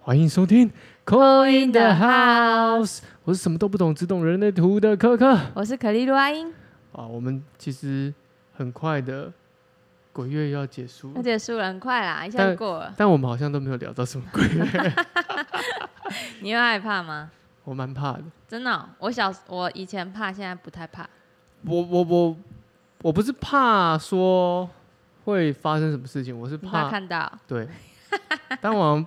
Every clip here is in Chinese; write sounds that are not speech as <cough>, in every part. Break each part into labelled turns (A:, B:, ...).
A: 欢迎收听《Call in the
B: the
A: House》，我是什么都不懂，只懂人类图的可可
B: 我是可丽露阿英，
A: 啊。我们其实很快的鬼月要结束
B: 那
A: 了，
B: 结束了很快啦，一下
A: 但
B: 就过了。
A: 但我们好像都没有聊到什么鬼月， <laughs>
B: 你会害怕吗？
A: 我蛮怕的。
B: 真的哦、我小我以前怕，现在不太怕。
A: 我我我我不是怕说会发生什么事情，我是
B: 你
A: 怕
B: 怕看到？
A: 对，但我好像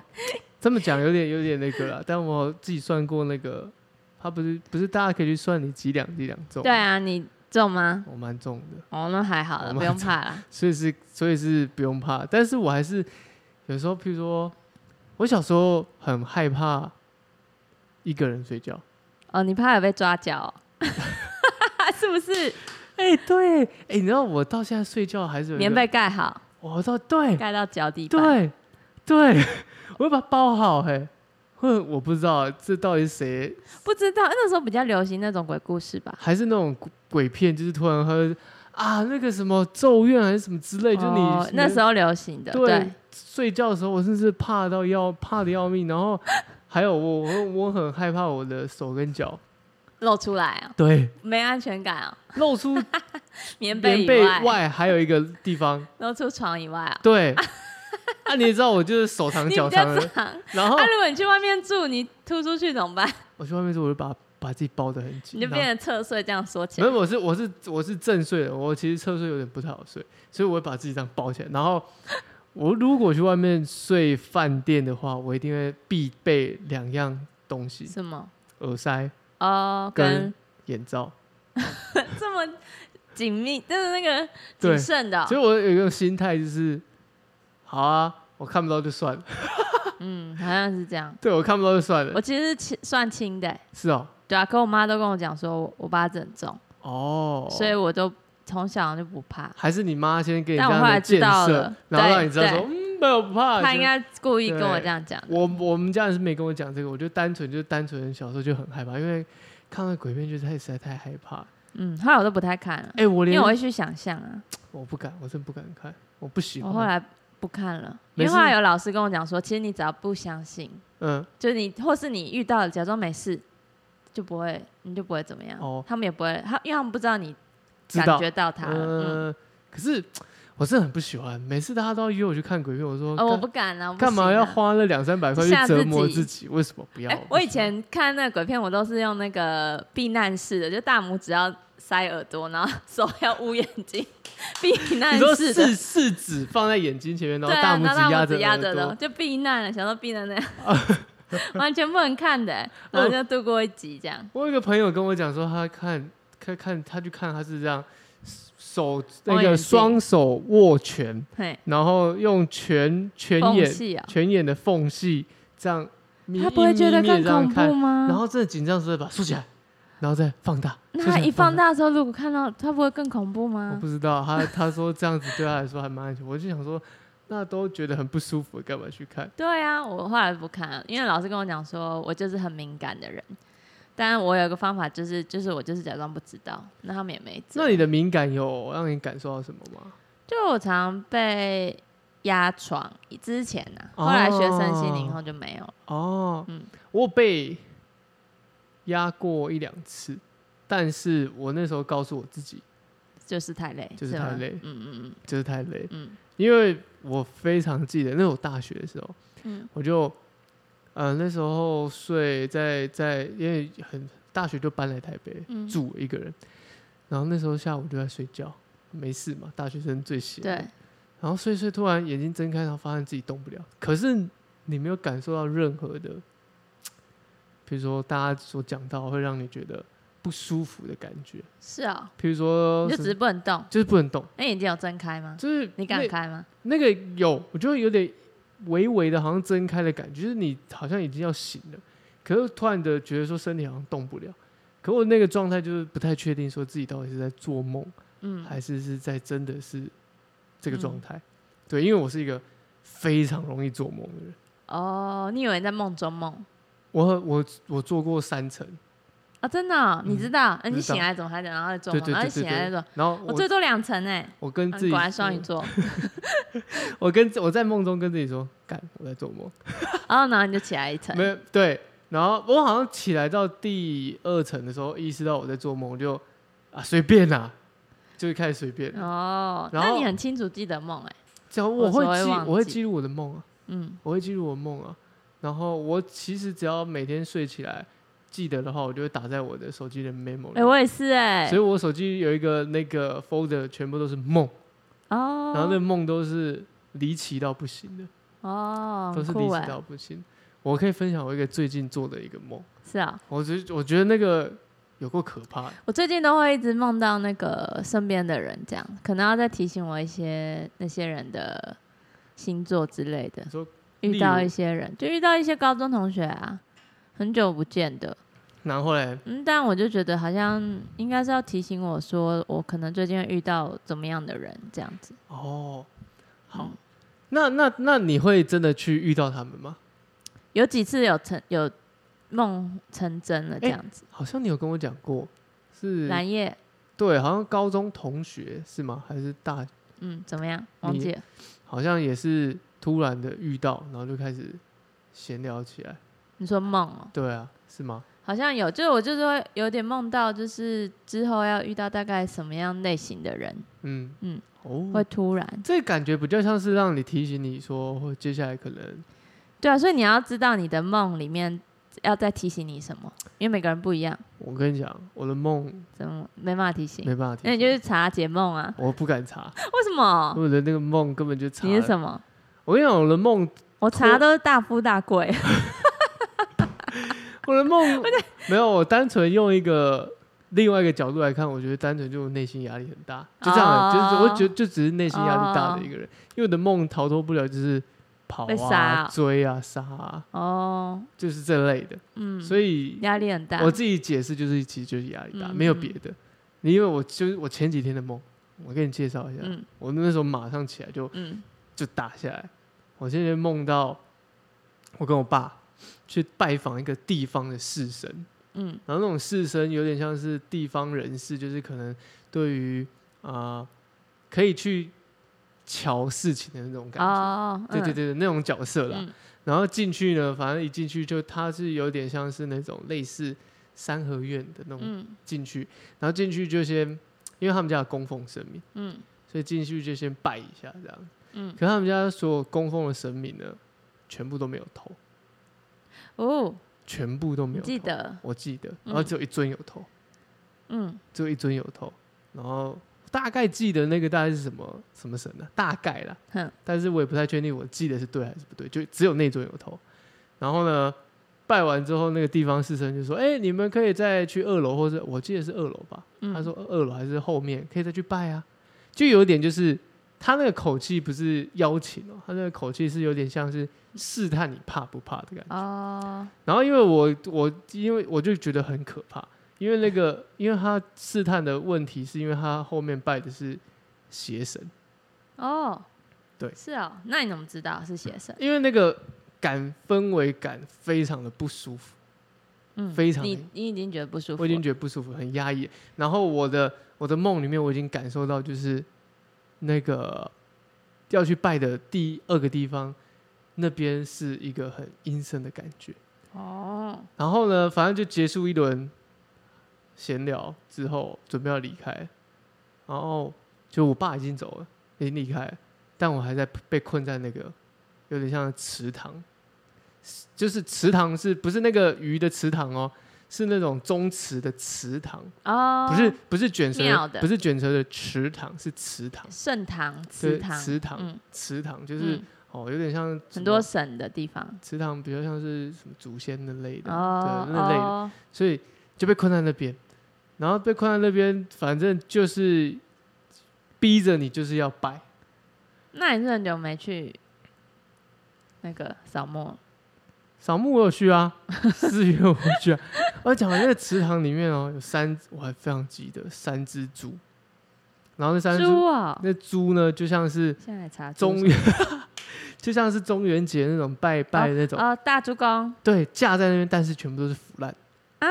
A: 这么讲有点有点那个了， <laughs> 但我自己算过那个，他不是不是大家可以去算你几两几两重，
B: 对，啊，你中吗？
A: 我蛮重的，
B: 哦，那还好了，
A: 我
B: 不用怕啦。
A: 所以是所以是不用怕，但是我还是有时候，譬如说我小时候很害怕一个人睡觉，
B: 哦，你怕有被抓脚、哦？
A: <laughs>
B: 是不是？
A: 哎、对，哎、你知道我到现在睡觉还是有一
B: 棉
A: 个，
B: 被盖好，
A: 我到对
B: 盖到脚底板。
A: 对对， <laughs> 我会把它包好、嘿，会我不知道这到底是谁
B: 不知道那时候比较流行那种鬼故事吧？
A: 还是那种鬼鬼片，就是突然喝啊那个什么咒怨还是什么之类，就是你、
B: 哦、那时
A: 候
B: 候流行的，
A: 对
B: 对，
A: 睡觉的时候，我真是怕到要 <laughs> 怕的要命，然
B: <laughs>
A: 后还有我我我很害怕我的手跟脚
B: 露出来啊、
A: 对
B: 没安全感啊、
A: 露
B: <laughs>
A: 出
B: 棉被
A: 棉
B: 以
A: 被
B: 外，
A: 外还有一个地
B: <laughs>
A: 方
B: 露出床以外啊、
A: 对。啊，你也知道我就是手长
B: 你
A: 脚
B: 比
A: 长
B: 较
A: 的，
B: 长。
A: 然后
B: 那、啊如果你去外面住，你突出去
A: <laughs>
B: 怎么办？
A: 我去外面之后，我就把把自己包的很紧，
B: 你就
A: 然后
B: 变成侧睡这样缩起
A: 没
B: 来
A: 有，。我是我是我是正睡的，我其实侧睡有点不太好睡，所以我会把自己这样包起来。然后我如果去外面睡饭店的话，我一定会必备两样东西：
B: 什么？
A: 耳塞、
B: 哦，
A: 跟
B: 跟
A: 眼罩。
B: 这么紧密，就是那个
A: 对
B: 谨慎的哦、
A: 所以我有一个心态就是，好啊，我看不到就算了， <laughs>
B: 嗯，好像是这样。
A: 对我看不到就算了
B: 我。其实是轻算轻的欸、
A: 是哦，
B: 对啊，可我妈都跟我讲说我，我把它整重，
A: 哦，
B: 所以我都从小就不怕。
A: 还是你妈先给你这
B: 但我
A: 样
B: 后来
A: 的
B: 知
A: 建
B: 道
A: 设
B: 了，
A: 然后
B: 对
A: 让你知道说，
B: 对
A: 嗯，没有不怕。
B: 她
A: 就
B: 应该故意跟我这样讲的。
A: 我我们家人是没跟我讲这个，我就单纯就是单纯小时候就很害怕，因为看到鬼片就是太实在太害怕。
B: 嗯，后来我都不太看了
A: 哎、，我
B: 因
A: 连
B: 为我会去想象啊。
A: 我不敢，我真不敢看，我不喜
B: 我后
A: 欢。
B: 来不看了，
A: 没
B: 因
A: 事
B: 为后来有老师跟我讲说，其实你只要不相信，
A: 嗯，
B: 就是你，或是你遇到了假装没事，就不会，你就不会怎么样。
A: 哦
B: 他们也不会，他因为他们不知道你
A: 知
B: 感
A: 道。
B: 觉到他了。嗯，
A: 嗯、可是我是很不喜欢，每次大家都要约我去看鬼片，我说
B: 哦，
A: 呃
B: 我
A: 干
B: 不敢啊，我不
A: 干嘛
B: 行啊
A: 要？花那两三百块去
B: 吓
A: 折
B: 自
A: 磨
B: 己
A: 自己？为什么不要？
B: 哎、
A: 不
B: 我以
A: 喜欢
B: 前看那个鬼片，我都是用那个避难式的，就大拇指要塞耳朵，然后手要捂眼睛， <laughs> 避难
A: 你说
B: 式
A: 四
B: 的。
A: 四指放在眼睛前面，然
B: 对
A: 后
B: 啊，然后
A: 拇指
B: 大
A: 压
B: 拇指压着
A: 耳
B: 的，
A: 朵，
B: 就避难了，想说避难
A: <laughs>
B: 那样，完全不能看的、
A: 哦
B: 然后就度过一集这样。
A: 我有一个朋友跟我讲说，他看看看他去看，他是这样手那
B: 望
A: 个
B: 远镜
A: 双手握拳，
B: 嘿，
A: 然后用全全
B: 缝
A: 眼
B: 隙啊、
A: 全眼的缝隙这样眯，
B: 他不会觉得
A: 眯眯地
B: 更
A: 这样
B: 恐怖
A: 看，
B: 吗？
A: 然后真的紧张的时候把它竖起来，然后再放大。
B: 那
A: 竖起
B: 他
A: 来
B: 一放
A: 放大，
B: 大的时候，如果看到，他不会更恐怖
A: 我
B: 吗？
A: 不知道他他说这样子对他来说还蛮安全，我就想说那都觉得很不舒服，干嘛去看？
B: 对啊，我后来不看了，因为老师跟我讲说，我就是很敏感的人。但我有一个方法，就是就是我就是假装不知道，那他们也没
A: 那
B: 知。
A: 你的敏感有让你感受到什么吗？
B: 就我常被压床，之前呢、
A: 哦
B: 啊，后来学身心灵后就没有了。
A: 哦，
B: 嗯
A: 我有被压过一两次，但是我那时候告诉我自己，
B: 就是太累，
A: 就是太
B: 吗
A: 累
B: 嗯嗯
A: 就是太累，
B: 嗯
A: 因为我非常记得，那是我大学的时候，
B: 嗯嗯，
A: 我就，呃，那时候睡在在，因为很大学就搬来台北、
B: 嗯
A: 住一个人，然后那时候下午就在睡觉，没事嘛，大学生最闲，
B: 对，
A: 然后睡一睡，突然眼睛睁开，然后发现自己动不了。可是你没有感受到任何的，比如说大家所讲到会让你觉得不舒服的感觉，
B: 是哦，
A: 譬如说
B: 你就只
A: 什
B: 是不能动。
A: 就是不能动，
B: 那眼睛有睁开吗？
A: 就是
B: 你敢
A: 那
B: 开吗？
A: 那个有，我就有点微微的，好像睁开的感觉，就是你好像已经要醒了，可是突然的觉得说身体好像动不了。可我那个状态就是不太确定，说自己到底是在做梦
B: 嗯，
A: 还是是在真的是这个状
B: 嗯
A: 态。对，因为我是一个非常容易做梦的人，
B: 哦，你以为你在梦中梦？
A: 我我我做过三层，
B: 啊，真的哦，
A: 嗯
B: 你知道？呃
A: 知
B: 你
A: 道
B: 醒来怎么还在，然后再做
A: 对
B: 梦，
A: 对
B: 然后
A: 对
B: 醒
A: 对
B: 来再
A: 对
B: 做，。
A: 然后
B: 我
A: 我
B: 最多两层哎，
A: 我跟
B: 啊
A: 自己
B: 你
A: 嗯
B: 果然双鱼座。
A: 我跟我在梦中跟自己说，干，我在做梦，
B: 然哦后然后你就起来一层，
A: 没有对。然后我好像起来到第二层的时候，意识到我在做梦，我就啊随便啦、就开始随便。
B: 哦，
A: 然
B: 那
A: 后
B: 你很清楚记得梦哎，
A: 只要我
B: 我
A: 会
B: 所谓
A: 记，
B: 忘
A: 我会
B: 记
A: 记录我的梦啊，
B: 嗯，
A: 我会记录我的梦啊。然后我其实只要每天睡起来记得的话，我就会打在我的手机的 memo
B: 哎，
A: 里。
B: 我也是哎
A: 所以，我手机有一个那个 folder，全部都是梦，
B: 哦，
A: 然后那梦都是离奇到不行的，
B: 哦，
A: 嗯都是
B: 很
A: 离
B: 酷
A: 奇
B: 哎，
A: 到不行。我可以分享我一个最近做的一个梦，
B: 是啊，
A: 我觉我觉得那个有够可怕的。
B: 我最近都会一直梦到那个身边的人，这样可能要再提醒我一些那些人的星座之类的
A: 你。说例
B: 遇
A: 如
B: 到一些人，就遇到一些高中同学啊，很久不见的，
A: 然后嘞，
B: 嗯，但我就觉得好像应该是要提醒我说，我可能最近会遇到怎么样的人这样子。
A: 哦，好
B: 嗯，
A: 那那那你会真的去遇到他们吗？
B: 有几次有成有梦成真了这样子，
A: 好像你有跟我讲过，是
B: 蓝叶，
A: 对，好像高中同学是吗？还是大？
B: 嗯，怎么样？忘
A: 你
B: 记了，
A: 好像也是突然的遇到，然后就开始闲聊起来。
B: 你说梦哦、
A: 对啊，是吗？
B: 好像有，就是我就是会有点梦到，就是之后要遇到大概什么样类型的人，
A: 嗯
B: 嗯，会
A: 哦，
B: 突然，
A: 这感觉比较像是让你提醒你说，或接下来可能
B: 对啊，所以你要知道你的梦里面要再提醒你什么，因为每个人不一样，
A: 我跟你讲，我的梦
B: 怎么没办法提醒？
A: 没办法提
B: 那
A: 醒，
B: 你就去查解梦
A: <laughs>
B: 啊？
A: 我不敢查，
B: 为什么？
A: 我的那个梦根本就查。
B: 你是什么？
A: 我跟你讲，我的梦，
B: 我查都是大富大贵， <laughs>
A: 我的梦没有，我单纯用一个另外一个角度来看，我觉得单纯就是内心压力很大，就这样啊
B: 哦
A: 就是我觉得就只是内心压力大的一个人，因为我的梦逃脱不了就是跑
B: 被杀
A: 啊、
B: 啊
A: 追啊、杀啊，
B: 哦，
A: 就是这类的，
B: 嗯，
A: 所以
B: 压力很大。
A: 我自己解释就是其实就是压力大，
B: 嗯
A: 没有别的。你因为我就是我前几天的梦，我给你介绍一下，
B: 嗯
A: 我那时候马上起来就
B: 嗯，
A: 就打下来。我现在梦到我跟我爸去拜访一个地方的士绅，
B: 嗯，
A: 然后那种士绅有点像是地方人士，就是可能对于啊、呃可以去瞧事情的那种感觉，
B: 哦，
A: 对对
B: 对，
A: 对对，那种角色啦。
B: 嗯
A: 然后进去呢，反正一进去就他是有点像是那种类似三合院的那种
B: 嗯
A: 进去，然后进去就先，因为他们家有供奉神明，
B: 嗯
A: 所以进去就先拜一下这样。
B: 嗯，
A: 可他们家所有供奉的神明呢，全部都没有头，
B: 哦，
A: 全部都没
B: 你
A: 有头。
B: 记，得，
A: 我记得，然后只有一尊有头，
B: 嗯，
A: 只有一尊有头。然后大概记得那个大概是什么什么神呢、啊大概啦，
B: 哼，
A: 但是我也不太确定我记得是对还是不对，就只有那尊有头。然后呢，拜完之后，那个地方士绅就说：“哎、你们可以再去二楼，或者我记得是二楼吧？”
B: 嗯
A: 他说：“二楼还是后面可以再去拜啊。”就有点就是他那个口气不是邀请哦、他那个口气是有点像是试探你怕不怕的感觉。
B: 哦，
A: 然后因为我我因为我就觉得很可怕，因为那个因为他试探的问题是因为他后面拜的是邪神，
B: 哦，
A: 对
B: 是哦，那你怎么知道是邪神？
A: 因为那个感氛围感非常的不舒服，
B: 嗯，
A: 非常
B: 你你已经觉得不舒服
A: 我
B: 了，
A: 已经觉得不舒服，很压抑。然后我的我的梦里面，我已经感受到就是那个要去拜的第二个地方，那边是一个很阴森的感觉。
B: 哦，
A: 然后呢，反正就结束一轮闲聊之后，准备要离开，然后就我爸已经走了，已经离开了，但我还在被困在那个有点像池塘，就是池塘是不是那个鱼的池塘哦？是那种中池的池塘，
B: 哦，
A: 不是不是卷舌
B: 庙的
A: 不是卷舌的池塘，是池塘，
B: 盛唐
A: 对
B: 祠堂，
A: 祠堂
B: 嗯，
A: 池塘就是、
B: 嗯
A: 哦，有点像什
B: 很
A: 么
B: 多神的地方，
A: 池塘，比较像是什么祖先那类的，
B: 哦
A: 对那类的。
B: 哦，
A: 所以就被困在那边，然后被困在那边，反正就是逼着你就是要拜，
B: 那你是很久没去那个扫墓？
A: 扫墓我有去
B: <laughs>
A: 啊，四月我有去啊，我讲完那个池塘里面哦，有三，我还非常记得三只猪，然后那三只
B: 猪啊、
A: 那猪呢就像是
B: 现在查猪
A: 中
B: 是哦
A: 元， <laughs> 就像是中元节那种拜拜那种，
B: 哦，大猪公
A: 对，架在那边，但是全部都是腐烂。
B: 啊，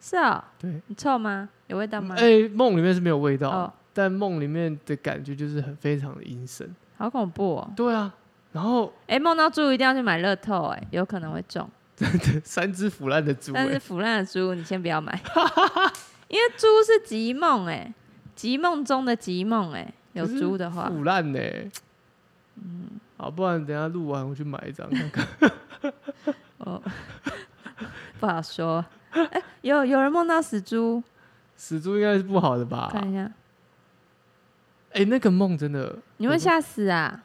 B: 是啊、
A: 对，
B: 你臭吗？有味道吗？
A: 哎、梦里面是没有味道，
B: 哦，
A: 但梦里面的感觉就是很非常的阴森。
B: 好恐怖哦！
A: 对啊，然后
B: 哎、梦到猪一定要去买乐透、哎，有可能会中，
A: 三只腐烂的猪、
B: 但是
A: 欸，
B: 腐烂的猪你先不
A: <laughs>
B: 要买，因为猪是吉梦，哎，吉梦中的吉梦，哎，有
A: 可是
B: 猪的话，
A: 腐烂呢、嗯好，不然等一下录完我去买一张看 <laughs> 看。
B: 哦，不好说。哎、有有人梦到死猪，
A: 死猪应该是不好的吧？
B: 看一下，
A: 哎、那个梦真的，
B: 你会吓死啊？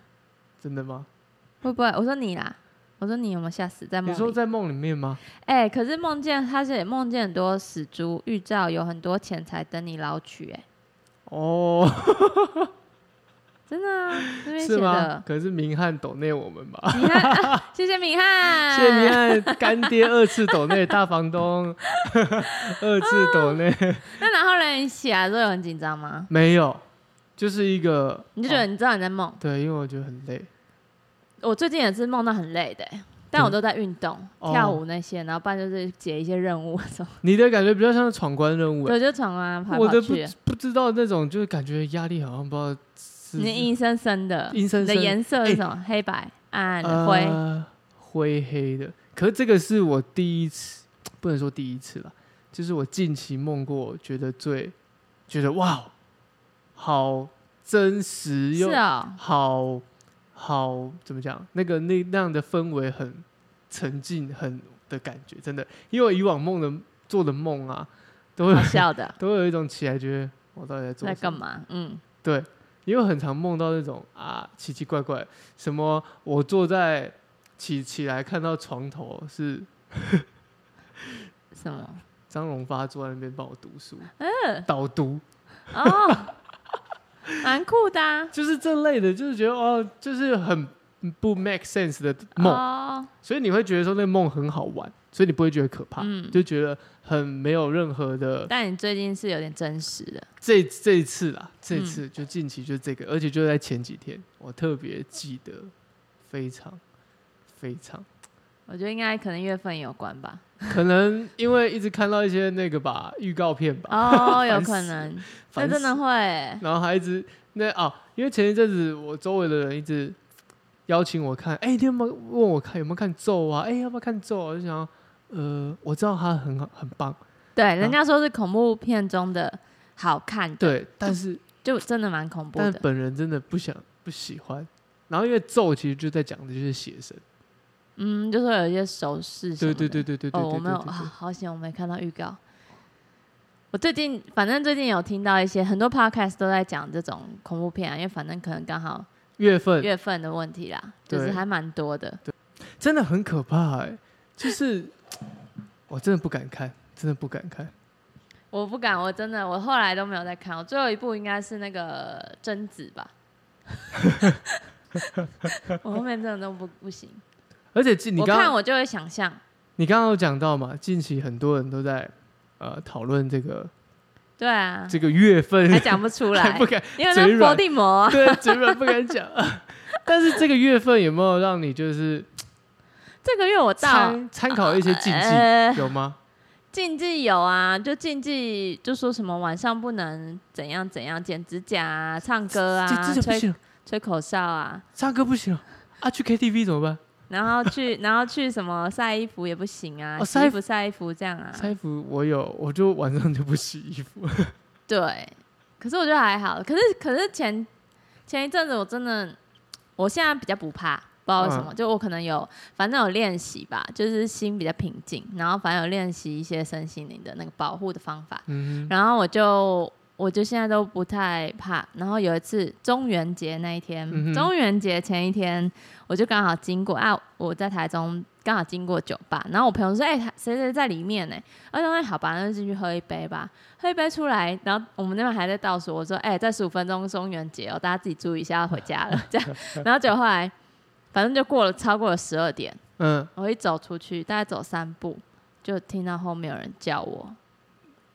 A: 真的吗？
B: 会不会？我说你啦，我说你有没有吓死在
A: 你
B: 梦
A: 说
B: 里？
A: 在梦里面吗？
B: 哎、可是梦见他是梦见很多死猪，预兆有很多钱财等你捞取、哎，
A: 哦，
B: 真的啊，这边写
A: 是吗
B: 的？。
A: 可能是明翰抖内我们吧？
B: 明翰、啊 <laughs> 谢谢明翰，
A: 谢谢明翰干爹二次抖内大房东， <laughs> 二次抖内
B: 那然后呢？你起来之后有很紧张吗？
A: 没有，就是一个哦
B: 你就觉得你知道你在梦？
A: 对，因为我觉得很累。
B: 我最近也是梦到很累的、欸但我都在运动、
A: 哦
B: 跳舞那些，然后不然就是解一些任务什么。
A: 你的感觉比较像是闯关任务欸，
B: <laughs> 我就闯啊，跑
A: 哦我
B: 来跑
A: 的不
B: 去，
A: 不知道那种，就是感觉压力好像不知道是
B: 你
A: 是
B: 阴森森的，
A: 阴森森
B: 你的颜色是什么？黑白、暗、灰。
A: 哎呃灰黑的。可是这个是我第一次，不能说第一次了，就是我近期梦过，觉得最觉得哇，好真实
B: 是
A: 又、
B: 哦，
A: 好好怎么讲？那个那那样的氛围很沉浸，很的感觉，真的。因为我以往梦的做的梦啊，都会
B: 好
A: <laughs>
B: 笑的，
A: 都会有一种起来觉得我到底在做
B: 在
A: 什
B: 干
A: 么？
B: 嘛？嗯，
A: 对，因为很常梦到那种啊奇奇怪怪，什么我坐在起起来看到床头是 <laughs>
B: 什么？
A: 张荣发坐在那边帮我读书，
B: 嗯
A: 导读
B: 哦，蛮酷的、啊。
A: 就是这类的，就是觉得哦，就是很不 make sense 的梦，
B: 哦，
A: 所以你会觉得说那梦很好玩，所以你不会觉得可怕，
B: 嗯
A: 就觉得很没有任何的
B: 但你最近是有点真实的，
A: 这这一次啦，
B: 嗯
A: 这一次就近期就这个，而且就在前几天，我特别记得，非常非常，
B: 我觉得应该可能月份有关吧。
A: 可能因为一直看到一些那个吧预告片吧， <laughs>
B: 哦，有
A: 烦死
B: 可能，那
A: 烦
B: 真的
A: 死，嗯
B: 会欸。
A: 然后还一直那哦，因为前一阵子我周围的人一直邀请我看，哎、你有没有问我看有没有看咒啊？哎、要不要看咒、啊？我就想，呃，我知道它很好很棒，
B: 对，人家说是恐怖片中的好看的，
A: 对，但是
B: <laughs> 就真的蛮恐怖
A: 但
B: 的。
A: 本人真的不想不喜欢，然后因为咒其实就在讲的就是邪神。
B: 嗯，就是会有一些手势什
A: 对
B: 么的。
A: 对对对对对对
B: 哦，我没有
A: 对
B: 啊，
A: 对
B: 好险我没看到预告。我最近反正最近有听到一些很多 podcast 都在讲这种恐怖片啊，因为反正可能刚好
A: 月份
B: 月份的问题啦，就是
A: 对
B: 还蛮多的。
A: 真的很可怕哎、就是我真的不敢看，真的不敢看。
B: 我不敢，我真的我后来都没有再看，我最后一部应该是那个贞
A: <laughs>
B: 子吧。我后面真的都不不行，
A: 而且近你
B: 我
A: 刚
B: 看
A: 刚
B: 我就会想象，
A: 你刚刚有讲到嘛，近期很多人都在呃讨论这个
B: 对啊，
A: 这个月份
B: 还，讲不出来
A: 还 <laughs> 不，敢，
B: 因为
A: 嘴
B: 那
A: 软
B: 佛地魔啊，
A: 对，嘴软不敢讲。 <laughs> 但是这个月份有没有让你就是
B: 这个月我到
A: 参参考一些禁忌
B: 呃，
A: 有吗？
B: 禁忌有啊，就禁忌就说什么晚上不能怎样怎样剪指甲啊、唱歌
A: 这
B: 啊、
A: 这就不
B: 吹
A: 行了，
B: 吹口哨啊，
A: 唱歌不行了啊！去 KTV 怎么办？
B: 然后去然后去什么晒衣服也不行啊，
A: 哦
B: 洗
A: 晒
B: 衣
A: 衣
B: 服晒衣服这样啊，
A: 晒衣服我有，我就晚上就不洗衣
B: <laughs>
A: 服。
B: 对。可是我觉得还好，可是可是前前一阵子我真的，我现在比较不怕，不知道为什么，就我可能有反正有练习吧，就是心比较平静，然后反正有练习一些身心灵的那个保护的方法，
A: 嗯
B: 然后我就我就现在都不太怕。然后有一次中元节那一天，
A: 嗯哼
B: 中元节前一天，我就刚好经过啊，我在台中刚好经过酒吧，然后我朋友说：“哎、谁谁在里面呢、啊，那好吧，那就进去喝一杯吧。喝一杯出来，然后我们那边还在倒数，我说：“哎、再十五分钟中元节哦，大家自己注意一下，要回家了。”这样，然后就后来，反正就过了超过了十二点，
A: 哼嗯，
B: 我一走出去，大概走三步，就听到后面有人叫我，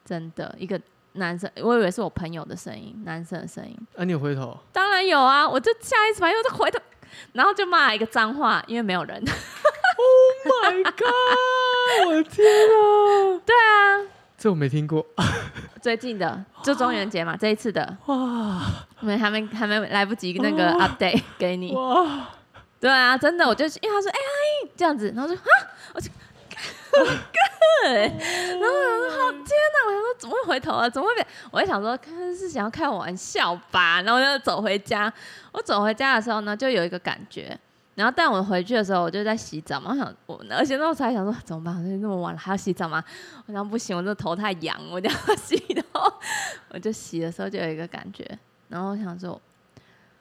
B: 真的一个男生，我以为是我朋友的声音，男生的声音，
A: 啊，你有 <laughs> 回头？
B: 当然有啊，我就下意识反应，我就回头，然后就骂一个脏话，因为没有人。 <laughs>
A: Oh my god！我的天啊！
B: 对啊，
A: 这我没听
B: <laughs>
A: 过，
B: 最近的就中元节嘛，这一次的
A: 哇
B: 我们还没还没来不及那个 update 给你。 <laughs>
A: 哇，
B: 对啊，真的，我就因为他说哎、哎这样子，然后我就啊，我就 good，然后我想说好天哪，我想说怎么会回头啊，怎么会被？我就想说看是想要开我玩笑吧，然后我就走回家。我走回家的时候呢，就有一个感觉。然后，但我回去的时候，我就在洗澡嘛。我想，我而且那时候才想说，怎么办？就那么晚了还要洗澡吗？我想不行，我这头太痒，我就要洗。然后我就洗的时候就有一个感觉，然后我想说，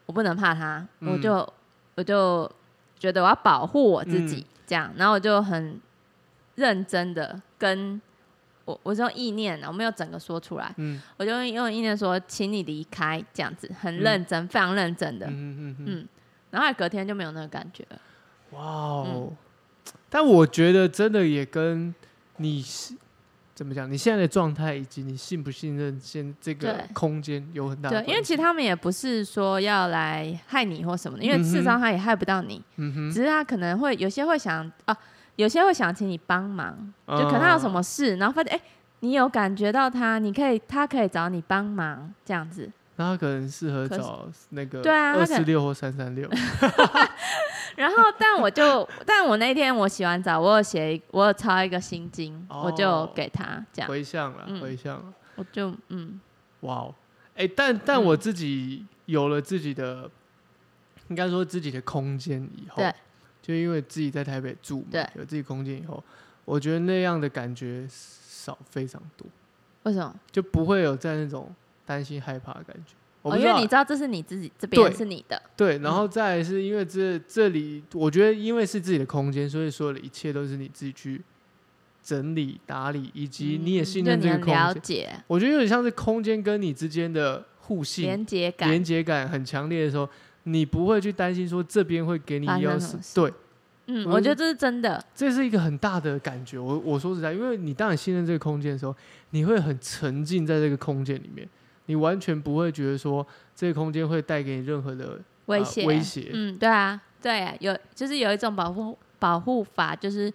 B: 我不能怕它，
A: 嗯
B: 我就我就觉得我要保护我自己，
A: 嗯
B: 这样，然后我就很认真的跟我，我是用意念啊，我没有整个说出来，
A: 嗯
B: 我就用用意念说，请你离开，这样子，很认真，非常认真的，
A: 嗯嗯嗯，
B: 嗯，然后隔天就没有那个感觉了，
A: 哇哦！
B: 嗯
A: 但我觉得真的也跟你是怎么讲，你现在的状态以及你信不信任现这个
B: 对
A: 空间有很大的
B: 对，因为其实
A: 他
B: 他们也不是说要来害你或什么的，因为
A: 嗯哼
B: 事实上他也害不到你，
A: 嗯哼，
B: 只是他可能会有些会想啊，有些会想请你帮忙，就可能
A: 嗯
B: 他有什么事，然后发现哎、你有感觉到他，你可以他可以找你帮忙这样子，
A: 那他可能适合
B: 可是
A: 找那个
B: 对啊
A: 二
B: 他可
A: 四
B: 能嗯
A: 六或三三六，
B: <laughs> 然后，但我就，但我那天我洗完澡，我有写一，我有抄一个心经，
A: 哦
B: 我就给他这样，
A: 回向了，
B: 嗯
A: 回向了，
B: 我就嗯，
A: 哇哦！哎，但但我自己有了自己的，应该说自己的空间以后
B: 对，
A: 就因为自己在台北住嘛
B: 对，
A: 有自己空间以后，我觉得那样的感觉少非常多。
B: 为什么？
A: 就不会有在那种担心害怕的感觉。我不
B: 哦，因
A: 知道，
B: 为你知嗯道这是你自己这边
A: 对
B: 是你的，
A: 对，然后再来是因为这这里，我觉得因为是自己的空间，所以所有的一切都是你自己去整理打理，以及你也
B: 嗯
A: 信
B: 就
A: 任
B: 你
A: 这个
B: 很
A: 空
B: 了
A: 间。
B: 解
A: 我觉得有点像是空间跟你之间的互信
B: 连接感
A: 连，接感很强烈的时候，你不会去担心说这边会给你
B: 发生
A: 要
B: 什
A: 是
B: 么事
A: 对，
B: 嗯，
A: 我啊
B: 我觉得这是真的，
A: 这是一个很大的感觉。我我说实在，因为你当你信任这个空间的时候，你会很沉浸在这个空间里面，你完全不会觉得说这个空间会带给你任何的
B: 威
A: 呃
B: 胁，
A: 威胁
B: 嗯，对啊，对啊，有就是有一种保护保护法，就是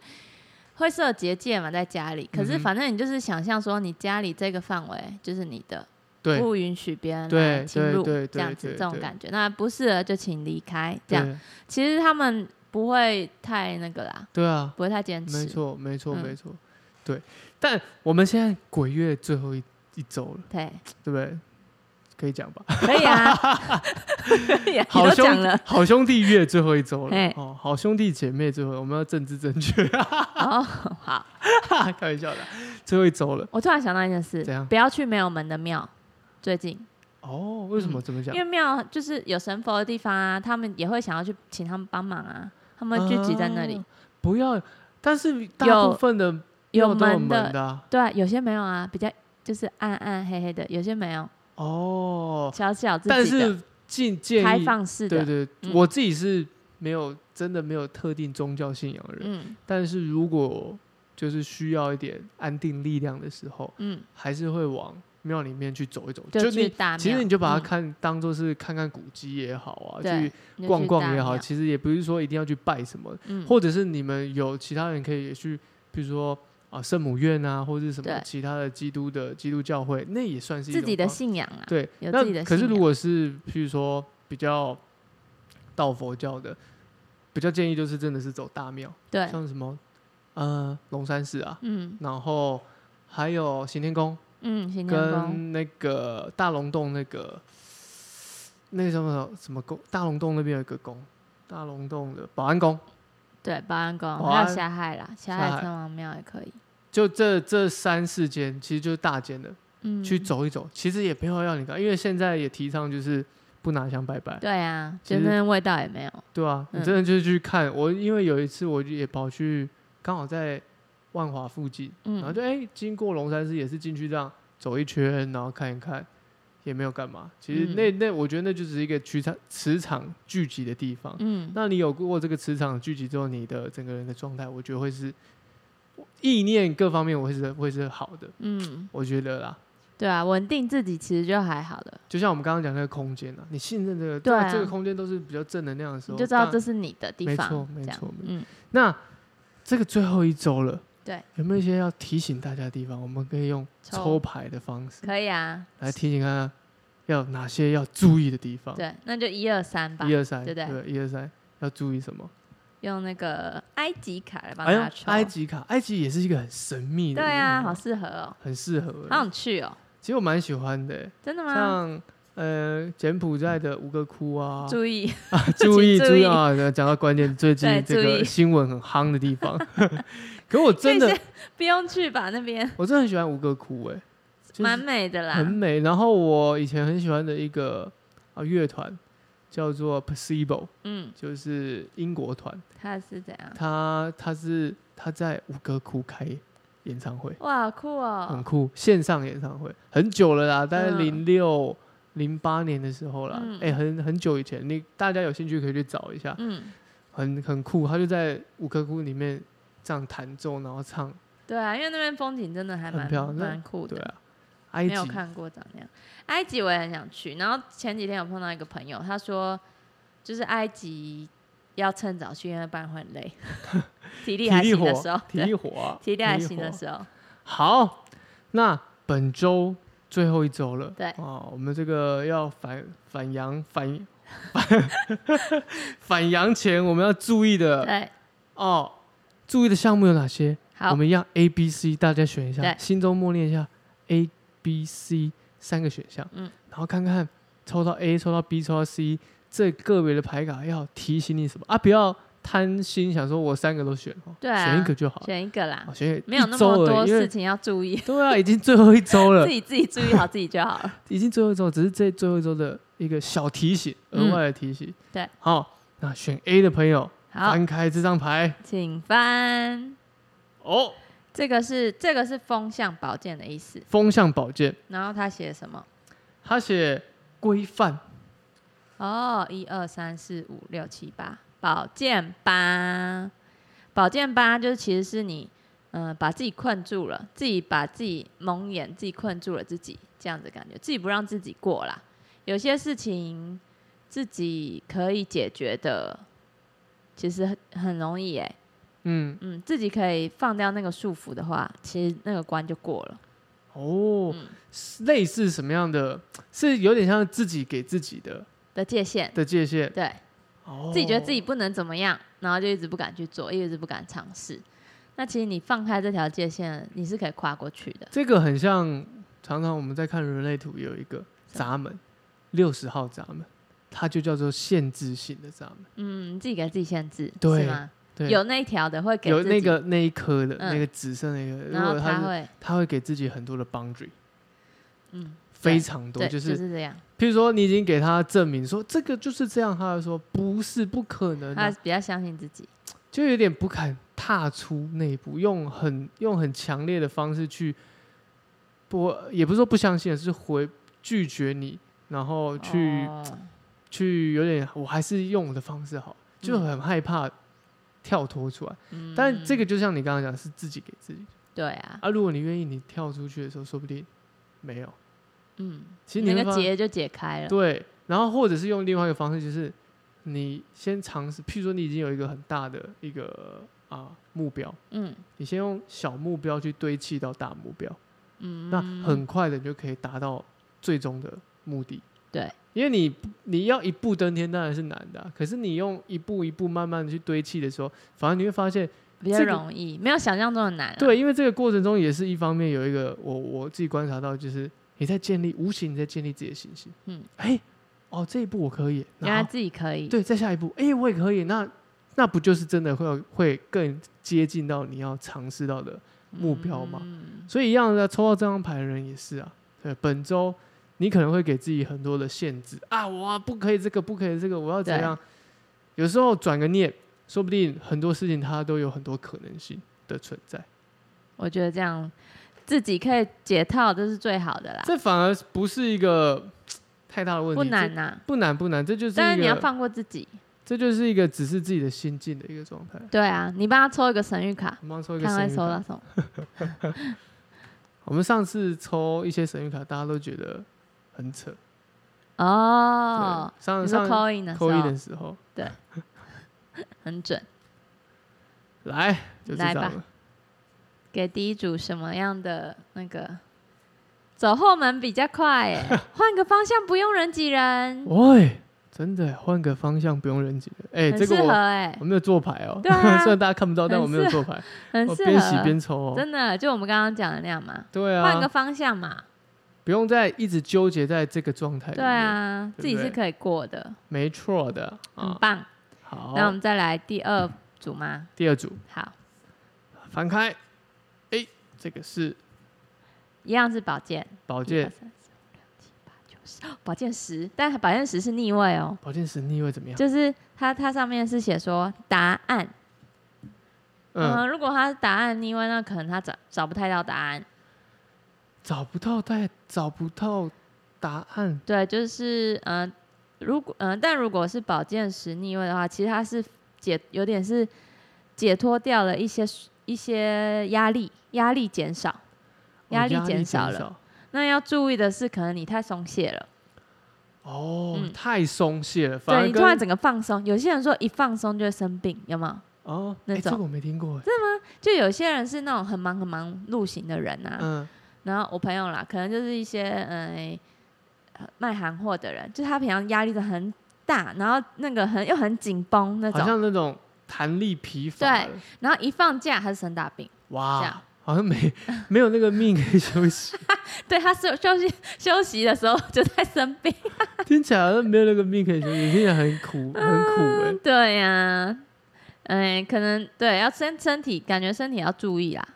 B: 会设结界嘛，在家里，可
A: 嗯
B: 是
A: 哼
B: 反正你就是想象说，你家里这个范围就是你的，
A: 对
B: 不允许别人
A: 对
B: 来侵
A: 对
B: 入，
A: 对
B: 这样
A: 对
B: 子
A: 对
B: 这种
A: 对
B: 感觉。那不适合就请离开。这样，
A: 对啊
B: 其实他们不会太那个啦，
A: 对啊，
B: 不会太坚
A: 没
B: 持。
A: 错没错
B: 嗯
A: 没错，对。但我们现在鬼月最后一一周了，
B: 对，
A: 对不对？可以讲
B: <laughs>
A: 吧？
B: 可以
A: <laughs>
B: 啊，可以啊，你
A: 好
B: 都
A: 兄。
B: 讲了
A: 好兄弟月最后一周了
B: 嘿
A: 哦，好兄弟姐妹最后，我们要政治正确， <laughs>
B: 哦，好，
A: 开玩笑的，最后一周了
B: 我突然想到一件事
A: 怎样，
B: 不要去没有门的庙。最近，
A: 哦。为什么？
B: 嗯
A: 怎么讲
B: 因？为庙就是有神佛的地方啊，他们也会想要去请他们帮忙啊，他们会聚集在那里
A: 啊。不要，但是大
B: 有
A: 部分的庙
B: 有
A: 都有
B: 门
A: 门
B: 的，
A: 的啊、
B: 对啊，有些没有啊，比较就是暗暗黑黑的，有些没有，
A: 哦。
B: 小小自
A: 但
B: 己的
A: 是建建
B: 开
A: 议，
B: 放式
A: 对
B: 的，
A: 对，
B: 嗯
A: 我自己是没有真的没有特定宗教信仰的人，
B: 嗯
A: 但是如果就是需要一点安定力量的时候，
B: 嗯，
A: 还是会往庙里面去走一走。
B: 就去
A: 你
B: 大庙。
A: 其实你就把它
B: 嗯
A: 看、当做是看看古迹也好啊，
B: 对
A: 去
B: 嗯你就去
A: 逛逛也
B: 大
A: 好，
B: 庙
A: 其实也不是说一定要去拜什么，
B: 嗯，
A: 或者是你们有其他人可以也去，比如说啊圣母院啊，或者是什么
B: 对
A: 其他的基督的基督教会，那也算是一
B: 自
A: 种
B: 己的
A: 方
B: 信仰啊，
A: 对。
B: 有
A: 那
B: 自己的
A: 可是
B: 信
A: 如
B: 仰
A: 果是譬如说比较道佛教的，比较建议就是真的是走大庙，
B: 对，
A: 像什么呃龙山寺啊，
B: 嗯
A: 然后还有行天宫
B: 嗯，行天宫，
A: 跟那个大龙洞那个那个什么什么宫，大龙洞那边有一个宫，大龙洞的保安宫。
B: 对，保安宫，
A: 保
B: 还有
A: 安
B: 霞海啦，霞
A: 霞
B: 海
A: 海
B: 城隍庙也可以，
A: 就这这三四间，其实就是大间的，
B: 嗯，
A: 去走一走，其实也没有要你干，因为现在也提倡就是不拿香拜拜，
B: 对啊，
A: 其
B: 就
A: 实
B: 那味道也没有，
A: 对啊，
B: 嗯
A: 你真的就是去看我，因为有一次我也跑去，刚好在万华附近，然后
B: 嗯，
A: 就哎、经过龙山寺也是进去这样走一圈，然后看一看，也没有干嘛。其实
B: 嗯
A: 那、那我觉得那就只是一个磁场磁场聚集的地方。
B: 嗯，
A: 那你有过这个磁场聚集之后，你的整个人的状态，我觉得会是意念各方面，我会是会是好的。
B: 嗯，
A: 我觉得啦，
B: 对啊，稳定自己其实就还好了，
A: 就像我们刚刚讲那个空间啊，你信任这个，
B: 对啊
A: 在这个空间都是比较正能量的时
B: 你
A: 候，
B: 就知道
A: 当
B: 这是你的地
A: 没
B: 方
A: 错，没
B: 这样
A: 错没，
B: 嗯，
A: 那这个最后一周了，
B: 对，
A: 有没有一些要提醒大家的地方？我们可以用
B: 抽
A: 抽牌的方式
B: 可以啊，
A: 来提醒看看，要哪些要注意的地方。
B: 对，那就一二三吧
A: 一，二三，
B: 对不对
A: 对，一二三要注意什么？
B: 用那个埃及卡来帮
A: 哎
B: 大家
A: 呀，
B: 抽。
A: 埃及卡，埃及也是一个很神秘的
B: 对
A: 地方，
B: 啊，好适合哦，
A: 很适合
B: 好
A: 欸。
B: 想去哦，
A: 其实我蛮喜欢的欸，
B: 真的吗？
A: 像呃柬埔寨的吴哥窟啊，
B: 注意，
A: <laughs> 注意
B: <laughs> 请
A: 注
B: 注
A: 意
B: 意
A: 啊！讲到关键，最近
B: 对
A: 这
B: 注
A: 个
B: 意
A: 新闻很夯的地方， <laughs> 可我真
B: 可 <laughs>
A: 的
B: 以不用去吧，那边
A: 我真的很喜欢吴哥窟，哎，就
B: 蛮
A: 是
B: 美的啦
A: 很。美。然后我以前很喜欢的一个啊乐团叫做 Placebo，
B: 嗯，
A: 就是英国团，
B: 它是怎样？
A: 他他是他在吴哥窟开演唱会，
B: 哇，好酷
A: 很
B: 哦！
A: 酷，线上演唱会很久了啦，大概
B: 嗯
A: 零六零八年的时候啦，哎、
B: 嗯
A: 很很久以前，你大家有兴趣可以去找一下，
B: 嗯，
A: 很很酷，他就在吴哥窟里面这样弹奏，然后唱，
B: 对啊，因为那边风景真的还蛮
A: 很漂亮
B: 蛮酷
A: 对
B: 的。
A: 啊，埃
B: 没
A: 及
B: 有看过长那样。埃及我也很想去，然后前几天有碰到一个朋友，他说就是埃及要趁早去，因为不然会
A: <laughs>
B: 很累，体力
A: 体
B: 还
A: 力
B: 行的
A: 活
B: 时候，，
A: 体
B: 对，
A: 力活啊，
B: <laughs> 体力还行
A: 活
B: 的时候，
A: 好，那本周最后一周了，
B: 对
A: 哦，我们这个要反反阳反 <laughs> 反反阳前我们要注意的
B: 对，
A: 哦，注意的项目有哪些？我
B: 好，
A: 们一样 A、B、C，大家选一下，
B: 对
A: 心中默念一下 A、B、C 三个选项，
B: 嗯
A: 然后看看抽到 A、抽到 B、抽到 C 这个别的牌卡要提醒你什么啊？不要贪心，想说我三个都选哦，
B: 对啊
A: 选一个就好了，
B: 选一个啦
A: 哦，选一个
B: 没有
A: 一
B: 那
A: 周
B: 么
A: 而已
B: 多
A: 因为
B: 事情要
A: <laughs>
B: 注意，
A: 对啊，已经最后一周了
B: <laughs> 自，己自己注意好自己就好了。
A: 已经最后一周，只是这最后一周的一个小提醒，额
B: 嗯
A: 外的提醒。
B: 对，
A: 好，那选 A 的朋友
B: 好，
A: 翻开这张牌
B: 请翻，
A: 哦，
B: 这个是这个是风向宝剑的意思，
A: 风向宝剑，
B: 然后他写什么？
A: 他写规范，
B: 哦，一二三四五六七八，宝剑八，宝剑八就是其实是你，嗯、把自己困住了，自己把自己蒙眼，自己困住了自己，这样子的感觉，自己不让自己过啦。有些事情自己可以解决的，其实很很容易哎、
A: 嗯，
B: 嗯，自己可以放掉那个束缚的话，其实那个关就过了。
A: 哦，
B: 嗯，
A: 是类似什么样的？是有点像自己给自己的
B: 的界限，
A: 的界限，
B: 对，
A: 哦，
B: 自己觉得自己不能怎么样，然后就一直不敢去做，一直不敢尝试。那其实你放开这条界限，你是可以跨过去的。
A: 这个很像，常常我们在看人类图有一个闸门，六十号闸门，它就叫做限制性的闸门。
B: 嗯，你自己给自己限制，
A: 对
B: 是吗？
A: 对，
B: 有那一条的会给
A: 有
B: 自己
A: 那，个那一颗的、
B: 嗯
A: 那个紫色那个，如
B: 然后
A: 果
B: 他
A: 它是
B: 会，
A: 它会给自己很多的 boundary，
B: 嗯，
A: 非常多，
B: 对，
A: 就、
B: 就是是这样。
A: 譬如说你已经给他证明说这个就是这样，他就说不是不可能、
B: 他
A: 啊，
B: 比较相信自己，
A: 就有点不敢踏出那一步，用很用很强烈的方式去不也不是说不相信，是回拒绝你，然后去、
B: 哦
A: 去有点我还是用我的方式好，就很害怕跳脱出来。
B: 嗯
A: 但这个就像你刚刚讲，是自己给自己。
B: 对啊，
A: 啊，如果你愿意，你跳出去的时候，说不定没有。
B: 嗯，
A: 其实你
B: 那
A: 会
B: 个
A: 发
B: 结就解开了，
A: 对，然后或者是用另外一个方式，就是你先尝试，譬如说你已经有一个很大的一个啊目标，
B: 嗯
A: 你先用小目标去堆砌到大目标，
B: 嗯，
A: 那很快的你就可以达到最终的目的。
B: 对，
A: 因为你不你要一步登天当然是难的啊、可是你用一步一步慢慢的去堆砌的时候，反而你会发现，
B: 比较
A: 这个
B: 容易，没有想象中的难啊。
A: 对，因为这个过程中也是一方面有一个我我自己观察到，就是你在建立无形你在建立自己的信心。
B: 嗯，
A: 哎、哦这一步我可以，
B: 原来
A: 然后
B: 自己可以，
A: 对，再下一步，哎、我也可以，那那不就是真的会有会更接近到你要尝试到的目标嘛？
B: 嗯
A: 所以一样的，抽到这张牌的人也是啊，对，本周你可能会给自己很多的限制啊，我啊不可以这个，不可以这个，我要怎
B: 对
A: 样？有时候转个念，说不定很多事情它都有很多可能性的存在。
B: 我觉得这样自己可以解套，这是最好的啦，
A: 这反而不是一个太大的问题，
B: 啊不难
A: 这，
B: 呐、
A: 不难，不难，这就是
B: 但
A: 一
B: 是你要
A: 个，
B: 放过自己，
A: 这就是一个只是自己的心境的一个状态。
B: 对啊，你帮他抽一个神谕卡，
A: 我们抽一个
B: 看会
A: 神谕
B: 抽
A: 卡，
B: 到什么。
A: 我们上次抽一些神谕卡，大家都觉得很扯。
B: 哦，
A: 对，上
B: 你说
A: 上
B: call in 的时
A: 扣一的
B: 候
A: 时候， <laughs>
B: 很准，
A: 来就这
B: 来
A: 张
B: 吧
A: 了。
B: 给第一组什么样的那个？走后门比较
A: <laughs>
B: 快、欸，换个方向不用人挤人，
A: 喂，真的欸换个方向不用人挤人。哎、这
B: 很
A: 个
B: 适合
A: 我
B: 哎、
A: 我没有做牌哦，
B: 对啊
A: <laughs> 虽然大家看不到，但我没有
B: 很
A: 做牌，
B: 很
A: 我
B: 适
A: 边洗
B: 合，
A: 边抽哦。
B: 真的就我们刚刚讲的那样嘛，
A: 对
B: 换、个
A: 啊，
B: 方向嘛，
A: 不用再一直纠结在这个状态里
B: 对
A: 面，
B: 啊，
A: 哎对不
B: 自己是
A: 对
B: 可以过的，
A: 没错的
B: 很
A: 啊。
B: 棒。
A: 好，
B: 那我们再来第二组吗？
A: 第二组
B: 好，
A: 翻开，哎、这个是
B: 一样是宝剑，
A: 宝
B: 宝
A: 剑，，
B: 宝剑十，但宝剑十是逆位哦，
A: 宝剑十逆位怎么样？
B: 就是它它上面是写说答案，嗯、
A: 嗯，
B: 如果它是答案逆位，那可能他找找不太到答案，
A: 找不到带，找不到答案，
B: 对，就是嗯、呃如果嗯、但如果是宝剑十逆位的话，其实它是解有点是解脱掉了一些一些压力，压力减少，
A: 哦
B: 压力
A: 减
B: 减少了。那要注意的是，可能你太松懈了。
A: 哦，
B: 嗯
A: 太松懈了，反
B: 对
A: 而
B: 你突然
A: 跟
B: 整个放松，有些人说一放松就会生病，有没有？
A: 哦，
B: 那
A: 哎、这
B: 种
A: 个我没听过哎，
B: 就有些人是那种很忙很忙路行的人啊，
A: 嗯，
B: 然后我朋友啦，可能就是一些嗯、呃卖hàng货的人，就是他平常压力都很大，然后那个很又很紧绷那
A: 好
B: 种，
A: 像那种弹力疲乏了，
B: 对啊然后一放假他就生大病， <laughs> 这
A: 哇
B: 样，
A: 好像没没有那个命可以休息，
B: 对他休休息休息的时候就在生病，
A: 听起来好像没有那个命可以休息，听起来很
B: <laughs>
A: 苦，很苦哎。
B: 对呀、哎、可能对要身身体感觉身体要注意啦，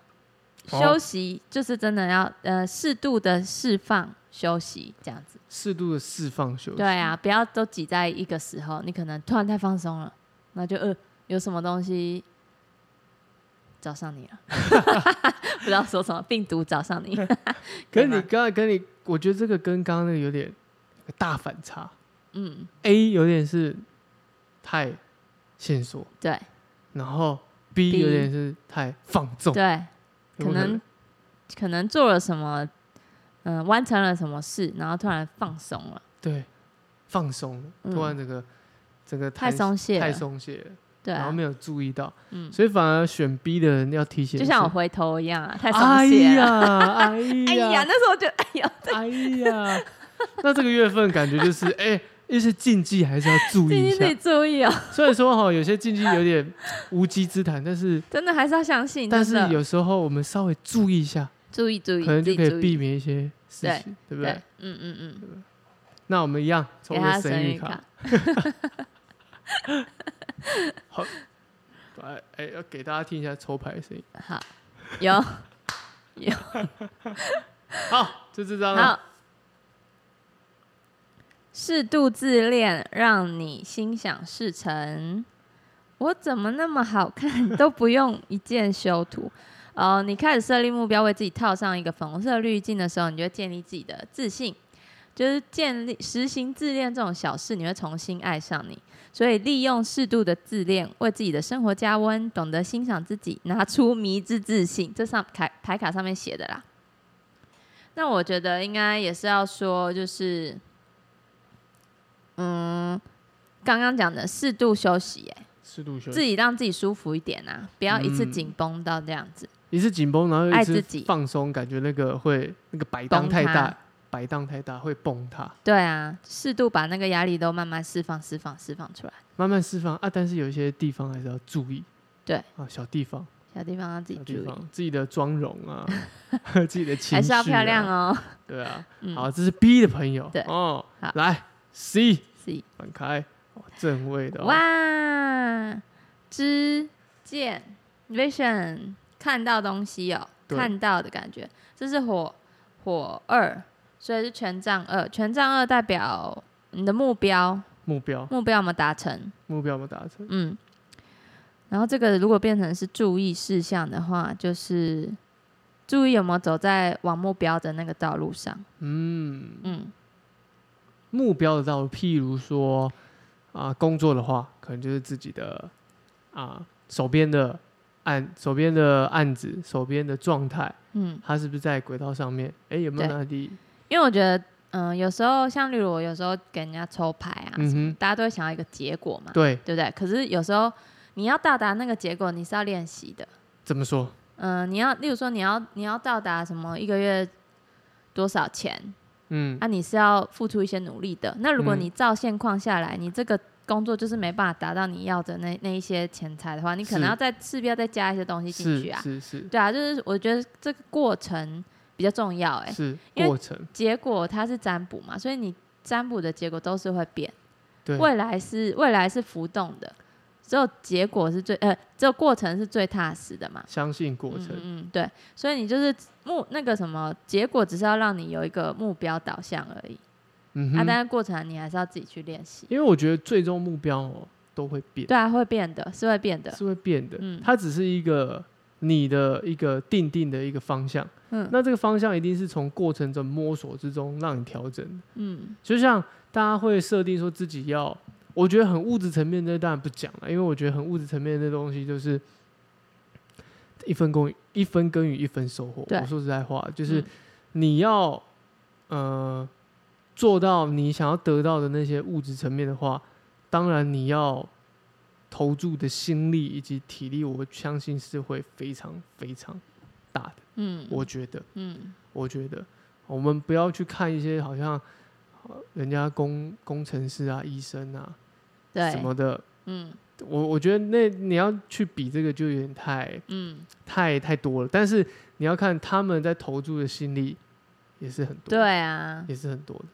A: 哦
B: 休息就是真的要呃适度的释放休息这样子。
A: 适度的释放休息，
B: 对啊，不要都挤在一个时候，你可能突然太放松了，那就呃有什么东西找上你了， <laughs> 不知道说什么病毒找上你，
A: 可
B: 可
A: 是
B: 以
A: 你
B: 吗
A: 刚才跟你，我觉得这个跟刚刚那个有点大反差。
B: 嗯，
A: A 有点是太线索，
B: <laughs> 对
A: 然后 B
B: B
A: 有点是太放纵，
B: 对，可
A: 有没有
B: 能可能做了什么，嗯、完成了什么事，然后突然放松了，
A: 对放松了，
B: 嗯
A: 突然整个整个
B: 太松懈
A: 太
B: 了，
A: 松懈了，
B: 对
A: 然后
B: 啊，
A: 没有注意到，
B: 嗯，
A: 所以反而选 B 的人要提醒，
B: 就像我回头一样啊，太
A: 哎
B: 松懈了，
A: 呀，哎
B: 哎呀，
A: 呀，
B: 那时候就 <laughs> 哎呀，
A: 哎呀，那这个月份感觉
B: <laughs>
A: 就是哎。一些禁忌还是要注
B: 最
A: 意一
B: 近自
A: 下
B: 己，注意哦，
A: 虽然说哈有些禁忌有点无稽之谈，但
B: <laughs>
A: 是
B: 真的还是要相信，
A: 但
B: 真
A: 是
B: 的
A: 有时候我们稍微注意一下，
B: 注意注意，
A: 可能就
B: 自
A: 可
B: 己
A: 以
B: 注意
A: 避免一些事情，对不对
B: 对？，嗯嗯嗯，
A: 那我们一样抽
B: 给
A: 一
B: 他
A: 个
B: 的
A: 生
B: 生
A: 育
B: 日
A: 卡
B: 卡，，
A: 哎哎，要给大家听一下抽牌的声音。
B: 好，有
A: 好，就这张了。
B: 好，适度自恋，让你心想事成。我怎么那么好看，都不用一键修图。 <laughs> 哦，你开始设立目标，为自己套上一个粉红色滤镜的时候，你就会建立自己的自信，就是建立实行自恋这种小事，你会重新爱上你。所以，利用适度的自恋，为自己的生活加温，懂得欣赏自己，拿出迷之自信。这上牌牌卡上面写的啦。那我觉得应该也是要说，就是，嗯，刚刚讲的适度休息、哎，
A: 适度休
B: 自
A: 息，
B: 己让自己舒服一点啊，不要一次
A: 嗯
B: 紧绷到这样子。
A: 一次紧绷，然后又一
B: 爱
A: 次
B: 自己
A: 放松，感觉那个会那个摆荡
B: 崩
A: 太大
B: 塌，
A: 摆荡太大会崩塌，
B: 对啊，适度把那个压力都慢慢释放、释放、释放出来。
A: 慢慢释放啊。但是有一些地方还是要注意。
B: 对
A: 啊，小地方，
B: 小地方要自己
A: 小
B: 注
A: 地
B: 意，
A: 方，自己的妆容
B: <laughs>
A: 啊，自己的情绪、啊、
B: 还是要漂亮。哦。 <laughs>
A: 对啊，
B: 嗯，
A: 好，这是 B 的朋友。
B: 对
A: 哦
B: 好，
A: 来 C
B: 自己
A: 反开，哦正位的、哦。
B: 哇，知见 vision 看到东西哦，
A: 对
B: 看到的感觉，这是火火二，所以是权杖二，权杖二代表你的目标，
A: 目标，
B: 目标有没有达成？
A: 目标有没有达成？
B: 嗯，然后这个如果变成是注意事项的话，就是注意有没有走在往目标的那个道路上，
A: 嗯，
B: 嗯，
A: 目标的道路，譬如说啊、工作的话，可能就是自己的啊、手边的案，手边的案子，手边的状态，
B: 嗯，
A: 它是不是在轨道上面？哎、有没有
B: 对
A: 哪里？
B: 因为我觉得，嗯、有时候像例如我有时候给人家抽牌啊，
A: 嗯哼，
B: 大家都会想要一个结果嘛，
A: 对，
B: 对不对？可是有时候你要到达那个结果，你是要练习的。
A: 怎么说？
B: 嗯、你要，例如说你要你要到达什么一个月多少钱，
A: 嗯，
B: 啊，你是要付出一些努力的。那如果
A: 嗯
B: 你照现况下来，你这个工作就是没办法达到你要的那那一些钱财的话，你可
A: 是
B: 能要再势必要再加一些东西进
A: 是
B: 去啊。
A: 是是
B: 对啊，就是我觉得这个过程比较重要、欸，哎，
A: 是
B: 因为
A: 过程，
B: 结果它是占卜嘛，所以你占卜的结果都是会变，
A: 对，
B: 未来是未来是浮动的，只有结果是最呃，只有过程是最踏实的嘛。
A: 相信过程，
B: 嗯嗯，对，所以你就是目那个什么结果，只是要让你有一个目标导向而已。
A: 嗯
B: 啊，
A: 哼，
B: 但是过程你还是要自己去练习。
A: 因为我觉得最终目标哦都会变，
B: 对啊，会变的，是会变的。
A: 是会变的，
B: 嗯
A: 它只是一个你的一个定定的一个方向，
B: 嗯
A: 那这个方向一定是从过程中摸索之中让你调整的，
B: 嗯
A: 就像大家会设定说自己要，我觉得很物质层面的当然不讲了，因为我觉得很物质层面的东西就是一分耕耘一分耕耘一分收获。
B: 对
A: 我说实在话，就是
B: 嗯
A: 你要呃做到你想要得到的那些物质层面的话，当然你要投注的心力以及体力，我相信是会非常非常大的。
B: 嗯，
A: 我觉得。
B: 嗯
A: 我觉得我们不要去看一些好像呃人家工工程师啊、医生啊
B: 对
A: 什么的，
B: 嗯
A: 我我觉得那你要去比这个就有点太
B: 嗯
A: 太太多了。但是你要看他们在投注的心力也是很多，，
B: 对啊。
A: 也是很多的。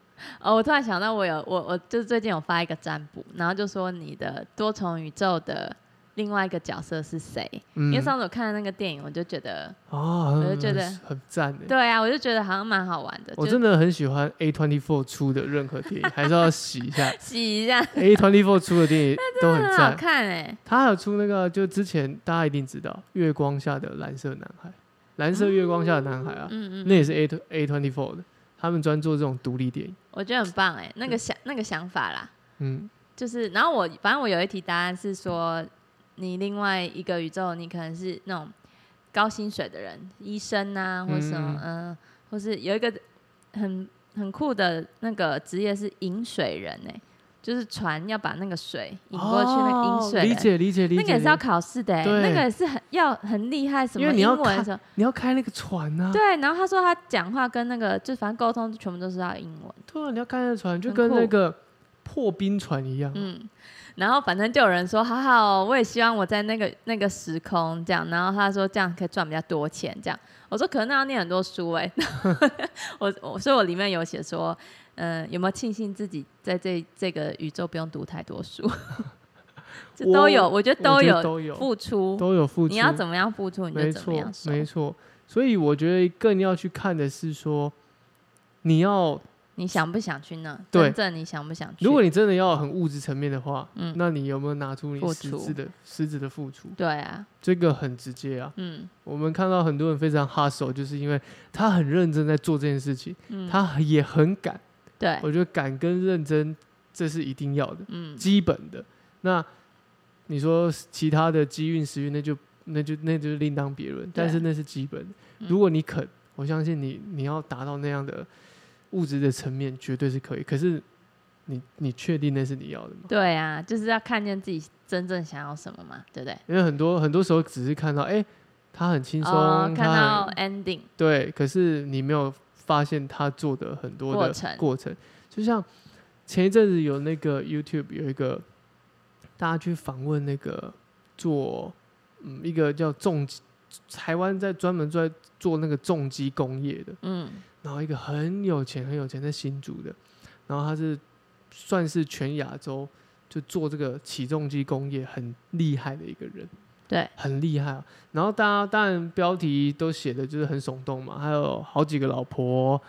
B: 哦，我突然想到，我有我我就是最近有发一个占卜，然后就说你的多重宇宙的另外一个角色是谁？
A: 嗯
B: 因为上次我看了那个电影，我就觉得，
A: 啊，
B: 我就觉得
A: 很很赞的。
B: 对啊，我就觉得好像蛮好玩的，
A: 我
B: 就
A: 真的很喜欢 A twenty four 出的任何电影，还是要洗一下
B: 洗一下，
A: A twenty four 出的电
B: <laughs>
A: 影都很
B: 很好
A: 赞。
B: 看哎、
A: 他还有出那个，就之前大家一定知道《月光下的蓝色男孩》，蓝色月光下的男孩啊，
B: 嗯
A: 那
B: 嗯，
A: 也是 A A twenty four 的，他们专做这种独立电影。
B: 我觉得很棒哎、那个想那个想法啦，
A: 嗯，
B: 就是，然后我反正我有一题答案是说，你另外一个宇宙，你可能是那种高薪水的人，医生啊，或什么，嗯、或是有一个很很酷的那个职业是引水人呢、就是船要把那个水引过去，那个引水
A: 哦
B: 人，
A: 理解理解理解。
B: 那个也是要考试的、欸，
A: 对
B: 那个也是很要很厉害，什
A: 因
B: 么
A: 为你要
B: 英文
A: 看
B: 什么。
A: 你要开那个船啊，
B: 对，然后他说他讲话跟那个就反正沟通全部都是要英文，
A: 对啊，你要开那个船，就
B: 很
A: 跟那
B: 酷
A: 个破冰船一样啊。
B: 嗯，然后反正就有人说，好好哦，我也希望我在那个那个时空这样。然后他说这样可以赚比较多钱，这样。我说可能那要念很多书哎、 <laughs> 我我所以我里面有写说，嗯、有没有庆幸自己在这这个宇宙不用读太多书？ <laughs> 这都有，我觉得
A: 我
B: 都
A: 觉得
B: 有
A: 都有
B: 付出，
A: 都有付出。
B: 你要怎么样付出，你
A: 没
B: 就怎么
A: 错
B: 样，收。
A: 没错。所以我觉得更要去看的是说，你要
B: 你想不想去呢？
A: 对
B: 真正你想不想去？
A: 如果你真的要很物质层面的话，
B: 嗯
A: 那你有没有拿出你
B: 付
A: 实
B: 出
A: 质的实质的付出？
B: 对啊，
A: 这个很直接啊。
B: 嗯
A: 我们看到很多人非常 hustle，就是因为他很认真在做这件事情，
B: 嗯，
A: 他也很敢。
B: 对，
A: 我觉得敢跟认真，这是一定要的，
B: 嗯
A: 基本的。那你说其他的机运、时运，那就那就那就另当别论，但是那是基本的。
B: 嗯
A: 如果你肯，我相信你，你要达到那样的物质的层面，绝对是可以。可是你你确定那是你要的吗？
B: 对啊，就是要看见自己真正想要什么嘛，对不对？
A: 因为很多很多时候只是看到，哎、他很轻松，
B: 哦，
A: 他
B: 看
A: 很
B: 到 ending，
A: 对，可是你没有发现他做的很多的
B: 过程
A: 就像前一阵子有那个 YouTube 有一个大家去访问那个做嗯一个叫重机，台湾在专门在做那个重机工业的，
B: 嗯
A: 然后一个很有钱很有钱在新竹的，然后他是算是全亚洲就做这个起重机工业很厉害的一个人，
B: 对，
A: 很厉害、啊。然后大家当然标题都写的就是很耸动嘛，还有好几个老婆，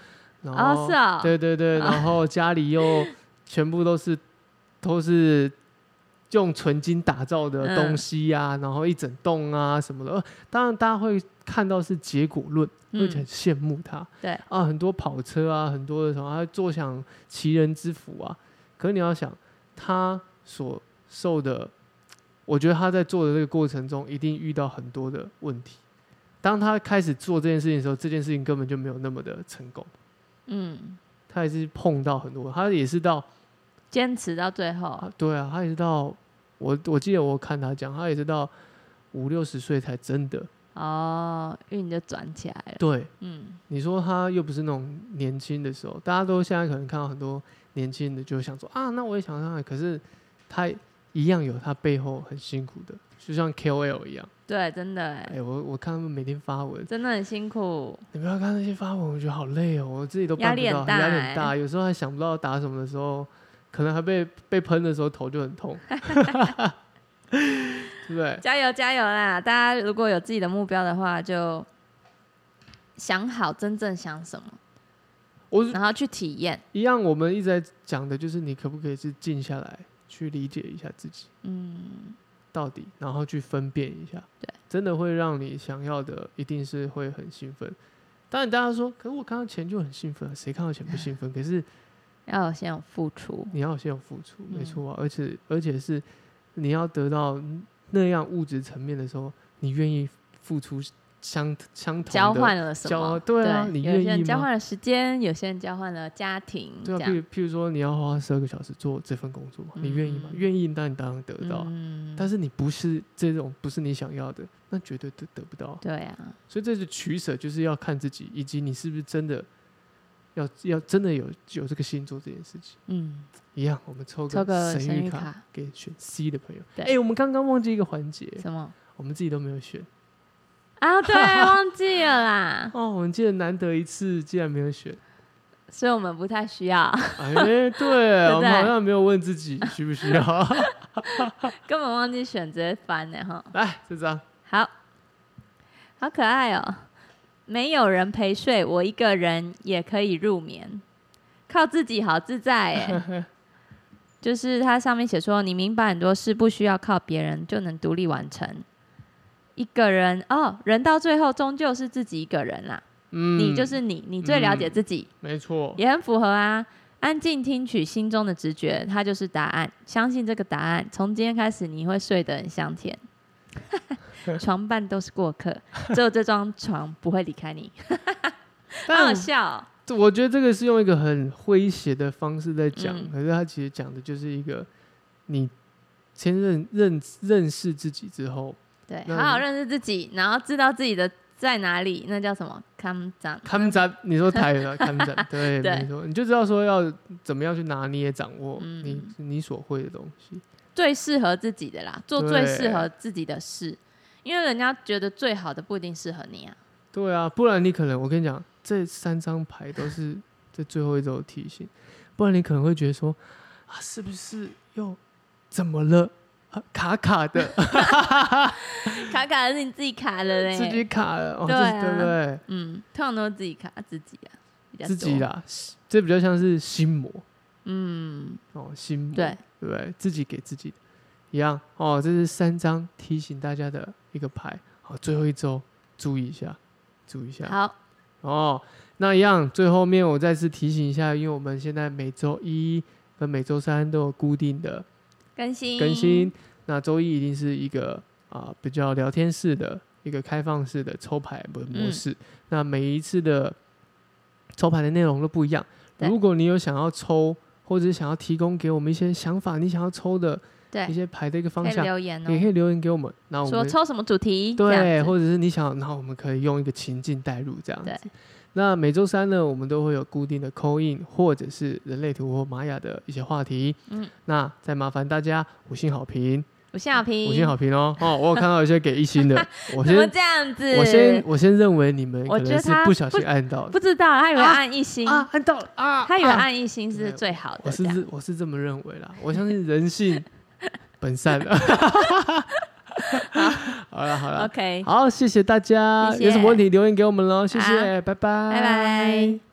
A: 然后、
B: 哦是哦，
A: 对对对，
B: 啊
A: 然后家里又全部都是都是用纯金打造的东西呀、
B: 嗯
A: 啊，然后一整栋啊什么的，呃当然大家会看到是结果论。会很
B: 嗯
A: 羡慕他。
B: 对
A: 啊，很多跑车啊，很多的什么，他坐享其人之福啊。可是你要想，他所受的，我觉得他在做的这个过程中，一定遇到很多的问题。当他开始做这件事情的时候，这件事情根本就没有那么的成功，
B: 嗯，
A: 他也是碰到很多，他也是到
B: 坚持到最后，
A: 啊，对啊，他也是到我我记得我看他讲，他也是到五六十岁才真的
B: 哦，晕就转起来了。
A: 对，
B: 嗯，
A: 你说他又不是那种年轻的时候，大家都现在可能看到很多年轻的就想说啊，那我也想上来，可是他一样有他背后很辛苦的，就像 KOL 一样。
B: 对，真的
A: 哎、
B: 哎，
A: 我我看他们每天发文，
B: 真的很辛苦。
A: 你不要看那些发文，我觉得好累哦，我自己都办
B: 压
A: 不
B: 力很
A: 到，
B: 大
A: 压力
B: 哎
A: 很大，有时候还想不到打什么的时候，可能还被被喷的时候头就很
B: <laughs>
A: 痛， <laughs> 对不对？
B: 加油加油啦！大家如果有自己的目标的话，就想好真正想什么，
A: 我
B: 然后去体验。
A: 一样，我们一直在讲的就是你可不可以是静下来去理解一下自己
B: 嗯，
A: 到底，然后去分辨一下，
B: 对，
A: 真的会让你想要的一定是会很兴奋。当然，大家说，可是我看到钱就很兴奋啊，谁看到钱不兴奋？可是
B: 要有先有付出。
A: 你要先有付出，没
B: 嗯
A: 错啊，而且而且是你要得到那样物质层面的时候，你愿意付出相相同的
B: 交换了什
A: 交
B: 么？
A: 对啊你
B: 有些
A: 愿意
B: 人交
A: 吗
B: 换了时间，有些人交换了家庭，
A: 对
B: 这
A: 啊，
B: 样
A: 譬如譬如说你要花十二个小时做这份工作嘛，你愿意吗？
B: 嗯
A: 愿意，那你当然得到啊。
B: 嗯，
A: 但是你不是这种不是你想要的，那绝对得得不到啊。
B: 对啊，
A: 所以这是取舍，就是要看自己，以及你是不是真的要要真的有有这个心做这件事情。
B: 嗯，
A: 一样，我们抽
B: 抽
A: 个
B: 个
A: 神
B: 生
A: 谕
B: 日
A: 卡
B: 卡
A: 给选 C 的朋友。
B: 对
A: 哎、我们刚刚忘记一个环节，
B: 什么
A: 我们自己都没有
B: <laughs>
A: 选
B: 啊？对，忘记了啦，
A: 哦。我们记得难得一次，竟然没有选。
B: 所以我们不太需要， <laughs>
A: 哎，对，我
B: 不对
A: 们好像没有问自己需不需要。 <laughs>
B: 根本忘记选，直接翻呢哈。
A: 来，这张
B: 好，好可爱哦！没有人陪睡，我一个人也可以入眠，靠自己好自在哎。就是它上面写说，你明白很多事不需要靠别人就能独立完成。一个人哦，人到最后终究是自己一个人啦。
A: 嗯，
B: 你就是你，你最了解自己，
A: 没错，
B: 也很符合啊。安静听取心中的直觉，它就是答案。相信这个答案，从今天开始你会睡得很
A: <laughs>
B: 香甜。床伴都是过客，只有这张床不会离开你。好好
A: 但
B: 笑哦、
A: 我觉得这个是用一个很诙谐的方式在讲，
B: 嗯
A: 可是他其实讲的就是一个你先认认认识自己之后，
B: 对，
A: 那
B: 好好认识自己，然后知道自己的在哪里，那叫什么？Come down。
A: 看展，你
B: <laughs>
A: 说台语啊，看展，对，
B: 对
A: 没错，你就知道说要怎么样去拿捏掌握
B: 嗯
A: 你、你所会的东西，
B: 最适合自己的啦，做最
A: 对
B: 适合自己的事，因为人家觉得最好的不一定适合
A: <laughs>
B: 你啊。
A: 对啊，不然你可能我跟你讲，这三张牌都是这最后一周的提醒，不然你可能会觉得说啊，是不是又怎么了？啊卡卡的，
B: 卡卡的是你自己卡的
A: <laughs>
B: 嘞，
A: 自己卡了，哦，
B: 对
A: 这
B: 啊
A: 对不对？
B: 嗯，通常都是自己卡自己啊，比较
A: 自己
B: 多，
A: 啦，这比较像是心魔
B: 嗯，
A: 哦，心魔
B: 对，
A: 对不对？自己给自己的一样哦，这是三张提醒大家的一个牌，好、最后一周注意一下，注意一下
B: 好，
A: 哦。那一样最后面我再次提醒一下，因为我们现在每周一跟每周三都有固定的
B: 更新
A: 更新，，那周一一定是一个啊、比较聊天式的一个开放式的抽牌模模
B: 嗯
A: 式，那每一次的抽牌的内容都不一样。
B: 对
A: 如果你有想要抽，或者是想要提供给我们一些想法，你想要抽的
B: 对
A: 一，些牌的一个
B: 可
A: 方
B: 以
A: 向，
B: 留言
A: 也可
B: 哦，
A: 以留言给我们。那我
B: 说
A: 们
B: 抽什么主题，这
A: 对，
B: 样子
A: 或者是你想，然后我们可以用一个情境代入这样子
B: 对。
A: 那每周三呢，我们都会有固定的 call in 或者是人类图或玛雅的一些话题。
B: 嗯，
A: 那再麻烦大家五星好评，
B: 五星好评，
A: 五星好，评哦。哦，我有看到有些给一星
B: <laughs>
A: 的，我
B: 怎么
A: 先
B: 这样子？
A: 我先我先认为你们
B: 我
A: 可
B: 觉
A: 能
B: 得
A: 是
B: 他
A: 不小
B: 不
A: 心按到的
B: 不知道，他以为
A: 啊
B: 按一星，
A: 啊，按到了啊，
B: 他以为
A: 啊
B: 按一星是最好
A: 我
B: 的，
A: 是
B: 这样
A: 这我是这么认为啦，我相信人
B: <laughs>
A: 性本善的。 <laughs> 好了好了，
B: ，OK，
A: 好，谢谢大家，
B: 谢谢
A: 有什么问题留言给我们喽，谢
B: 好
A: 谢，拜拜，
B: 拜拜。